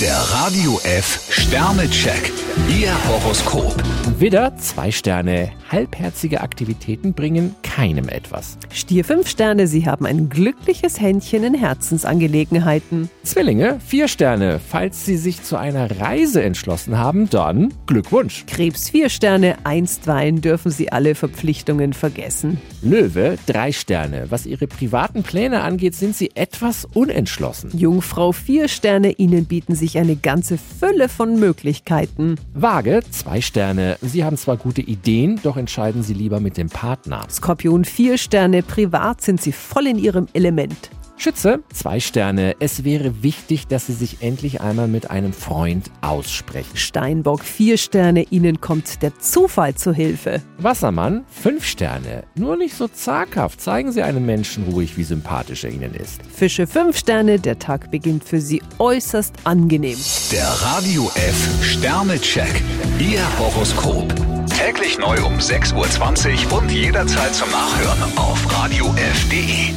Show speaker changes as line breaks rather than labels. Der Radio F Sternecheck. Ihr Horoskop.
Widder, zwei Sterne. Halbherzige Aktivitäten bringen keinem etwas.
Stier 5 Sterne, Sie haben ein glückliches Händchen in Herzensangelegenheiten.
Zwillinge, vier Sterne. Falls Sie sich zu einer Reise entschlossen haben, dann Glückwunsch.
Krebs 4 Sterne, einstweilen dürfen Sie alle Verpflichtungen vergessen.
Löwe, drei Sterne. Was Ihre privaten Pläne angeht, sind Sie etwas unentschlossen.
Jungfrau 4 Sterne, Ihnen bieten sich eine ganze Fülle von Möglichkeiten.
Waage, zwei Sterne. Sie haben zwar gute Ideen, doch entscheiden Sie lieber mit dem Partner.
Skorpion 4 Sterne, privat sind Sie voll in Ihrem Element.
Schütze, zwei Sterne. Es wäre wichtig, dass Sie sich endlich einmal mit einem Freund aussprechen.
Steinbock 4 Sterne, Ihnen kommt der Zufall zu Hilfe.
Wassermann, fünf Sterne. Nur nicht so zaghaft. Zeigen Sie einem Menschen ruhig, wie sympathisch er Ihnen ist.
Fische 5 Sterne, der Tag beginnt für Sie äußerst angenehm.
Der Radio F Sternecheck. Ihr Horoskop. Täglich neu um 6.20 Uhr und jederzeit zum Nachhören auf Radio radiof.de.